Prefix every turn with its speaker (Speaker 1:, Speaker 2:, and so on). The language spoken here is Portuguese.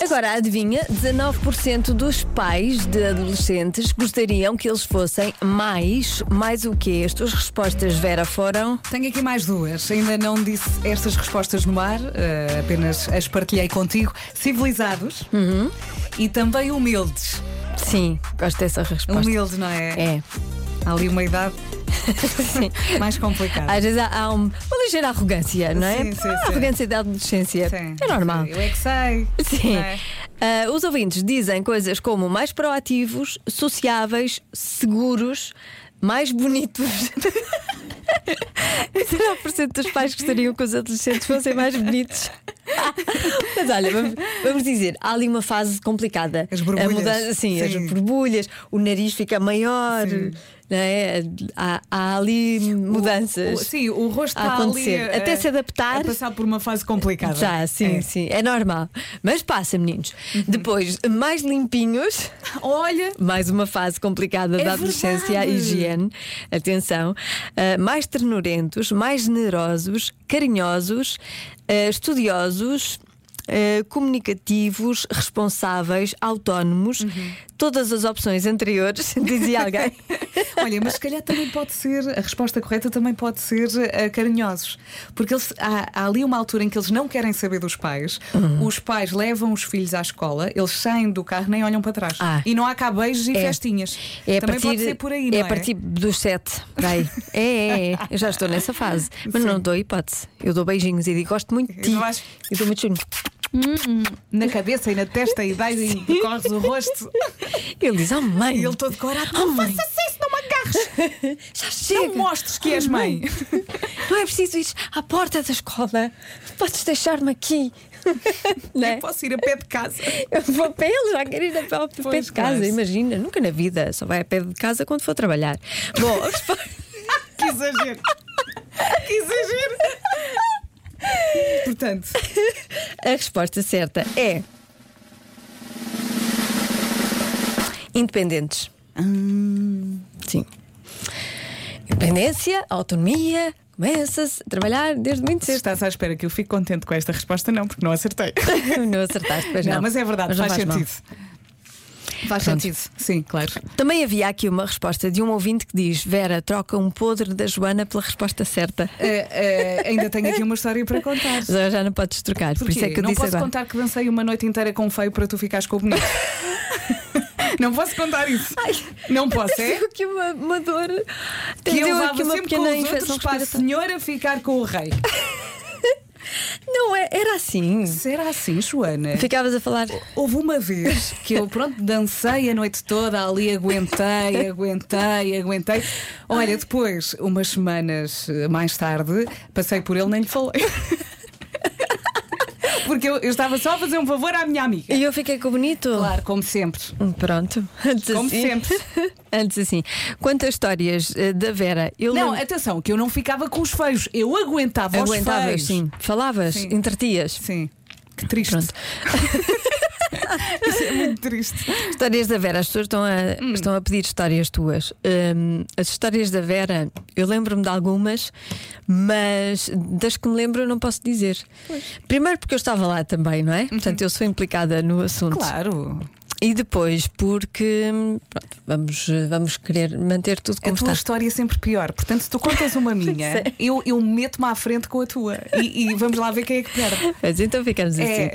Speaker 1: Agora, adivinha, 19% dos pais de adolescentes gostariam que eles fossem mais, mais o quê? As tuas respostas, Vera, foram?
Speaker 2: Tenho aqui mais duas. Ainda não disse estas respostas no ar, eh, apenas as partilhei contigo. Civilizados
Speaker 1: Uhum.
Speaker 2: e também humildes.
Speaker 1: Sim, gosto dessa resposta.
Speaker 2: Humilde, não é?
Speaker 1: É,
Speaker 2: Há ali uma idade
Speaker 1: sim.
Speaker 2: mais complicada.
Speaker 1: Às vezes há, há um- uma ligeira arrogância, não é?
Speaker 2: Sim, sim,
Speaker 1: Há a
Speaker 2: sim.
Speaker 1: arrogância da adolescência.
Speaker 2: Sim.
Speaker 1: É normal.
Speaker 2: Eu é que sei.
Speaker 1: Sim.
Speaker 2: não é?
Speaker 1: Ah, os ouvintes dizem coisas como mais proativos, sociáveis, seguros, mais bonitos. 19% dos pais gostariam que os adolescentes fossem mais bonitos. Mas olha, vamos, vamos dizer, há ali uma fase complicada.
Speaker 2: As borbulhas.
Speaker 1: A mudança- sim,
Speaker 2: Sim.
Speaker 1: as borbulhas, o nariz fica maior,
Speaker 2: Sim.
Speaker 1: não é? há, há ali mudanças.
Speaker 2: O- sim, o rosto
Speaker 1: a
Speaker 2: está ali,
Speaker 1: acontecer.
Speaker 2: eh,
Speaker 1: Até se adaptar.
Speaker 2: A passar por uma fase complicada.
Speaker 1: Já, sim,
Speaker 2: É. Uhum.
Speaker 1: sim, é normal. Mas passa, meninos. Depois, mais limpinhos,
Speaker 2: Olha,
Speaker 1: mais uma fase complicada da adolescência, a
Speaker 2: É verdade.
Speaker 1: higiene, atenção. Ah, mais ternurentos, mais generosos, carinhosos, ah, estudiosos. ah, comunicativos, responsáveis, autónomos,
Speaker 2: Uhum.
Speaker 1: todas as opções anteriores, dizia alguém.
Speaker 2: Olha, mas se calhar também pode ser, a resposta correta também pode ser eh, carinhosos. Porque eles, há, há ali uma altura em que eles não querem saber dos pais,
Speaker 1: Uhum.
Speaker 2: os pais levam os filhos à escola, eles saem do carro nem olham para trás.
Speaker 1: Ah.
Speaker 2: E não há cá beijos e
Speaker 1: É.
Speaker 2: festinhas.
Speaker 1: É a
Speaker 2: também
Speaker 1: partir,
Speaker 2: pode ser por aí,
Speaker 1: é
Speaker 2: não é?
Speaker 1: a partir dos sete. Vai. É, é, é. Eu já estou nessa fase. Mas não dou hipótese. Eu dou beijinhos e digo, gosto muito de ti.
Speaker 2: Eu acho-
Speaker 1: Eu dou muito junho.
Speaker 2: Na cabeça e na testa e dais e corres o rosto.
Speaker 1: Ele diz, oh mãe,
Speaker 2: E ele todo corado.
Speaker 1: Oh,
Speaker 2: Não
Speaker 1: mãe.
Speaker 2: faças isso, não me agarres.
Speaker 1: já
Speaker 2: Não
Speaker 1: chega. Uhum.
Speaker 2: mostres que és mãe.
Speaker 1: Não é preciso ir à porta da escola. Podes deixar-me aqui. Não é?
Speaker 2: Eu posso ir a pé de casa.
Speaker 1: Eu vou a pé, ele já quer ir a pé, ao pé
Speaker 2: Pois,
Speaker 1: de casa,
Speaker 2: quase.
Speaker 1: imagina, nunca na vida, só vai a pé de casa quando for trabalhar. Bom, a resposta-
Speaker 2: Que exagero. Que exagero. Portanto,
Speaker 1: A resposta certa é. Independentes.
Speaker 2: Hum.
Speaker 1: Sim. Independência, autonomia, começa-se a trabalhar desde muito
Speaker 2: se
Speaker 1: cedo.
Speaker 2: estás à espera que eu fique contente com esta resposta, não, porque não acertei.
Speaker 1: Não acertaste, pois não.
Speaker 2: Não, mas é verdade,
Speaker 1: não
Speaker 2: faz,
Speaker 1: mal.
Speaker 2: sentido. Faz
Speaker 1: Pronto.
Speaker 2: sentido. Sim, claro.
Speaker 1: Também havia aqui uma resposta de um ouvinte que diz: Vera, troca um podre da Joana pela resposta certa.
Speaker 2: Eh, eh, ainda tenho aqui uma história para contar.
Speaker 1: Mas agora já não podes trocar, por isso é que eu
Speaker 2: não
Speaker 1: disse
Speaker 2: posso
Speaker 1: agora.
Speaker 2: contar que dancei uma noite inteira com um feio para tu ficares com o bonito. não posso contar isso. não posso, é?
Speaker 1: Deu aqui uma, uma dor.
Speaker 2: Que eu
Speaker 1: Deu
Speaker 2: levava
Speaker 1: aqui uma
Speaker 2: sempre
Speaker 1: pequena
Speaker 2: com os outros
Speaker 1: infecção
Speaker 2: para a
Speaker 1: respiratória.
Speaker 2: senhora ficar com o rei.
Speaker 1: Não, é- era assim.
Speaker 2: Será assim, Joana?
Speaker 1: Ficavas a falar.
Speaker 2: Houve uma vez que eu, pronto, dancei a noite toda ali, aguentei, aguentei, aguentei. Olha, depois, umas semanas eh, mais tarde, passei por ele, nem lhe falei. Porque eu, eu estava só a fazer um favor à minha amiga.
Speaker 1: E eu fiquei com o bonito.
Speaker 2: Claro, como sempre.
Speaker 1: Pronto, antes
Speaker 2: Como
Speaker 1: assim.
Speaker 2: sempre.
Speaker 1: Antes assim. Quantas histórias eh, da Vera? Eu
Speaker 2: Não,
Speaker 1: lembro-
Speaker 2: atenção, que eu não ficava com os feios. Eu aguentava, os
Speaker 1: aguentavas,
Speaker 2: feios.
Speaker 1: sim. Falavas,
Speaker 2: Sim.
Speaker 1: entretias.
Speaker 2: Sim. Que triste.
Speaker 1: Pronto.
Speaker 2: Isso é muito triste.
Speaker 1: Histórias da Vera, as pessoas estão a,
Speaker 2: Hum.
Speaker 1: estão a pedir histórias tuas. Hum, as histórias da Vera, eu lembro-me de algumas, mas das que me lembro eu não posso dizer. Primeiro porque eu estava lá também, não é? Portanto, eu sou implicada no assunto.
Speaker 2: Uhum. Claro.
Speaker 1: E depois porque hum, pronto, vamos, eh, vamos querer manter tudo
Speaker 2: A
Speaker 1: como
Speaker 2: tua
Speaker 1: está.
Speaker 2: história é sempre pior. Portanto, se tu contas uma minha, eu, eu meto-me à frente com a tua. E, e vamos lá ver quem é que perde.
Speaker 1: Mas então ficamos assim.
Speaker 2: É,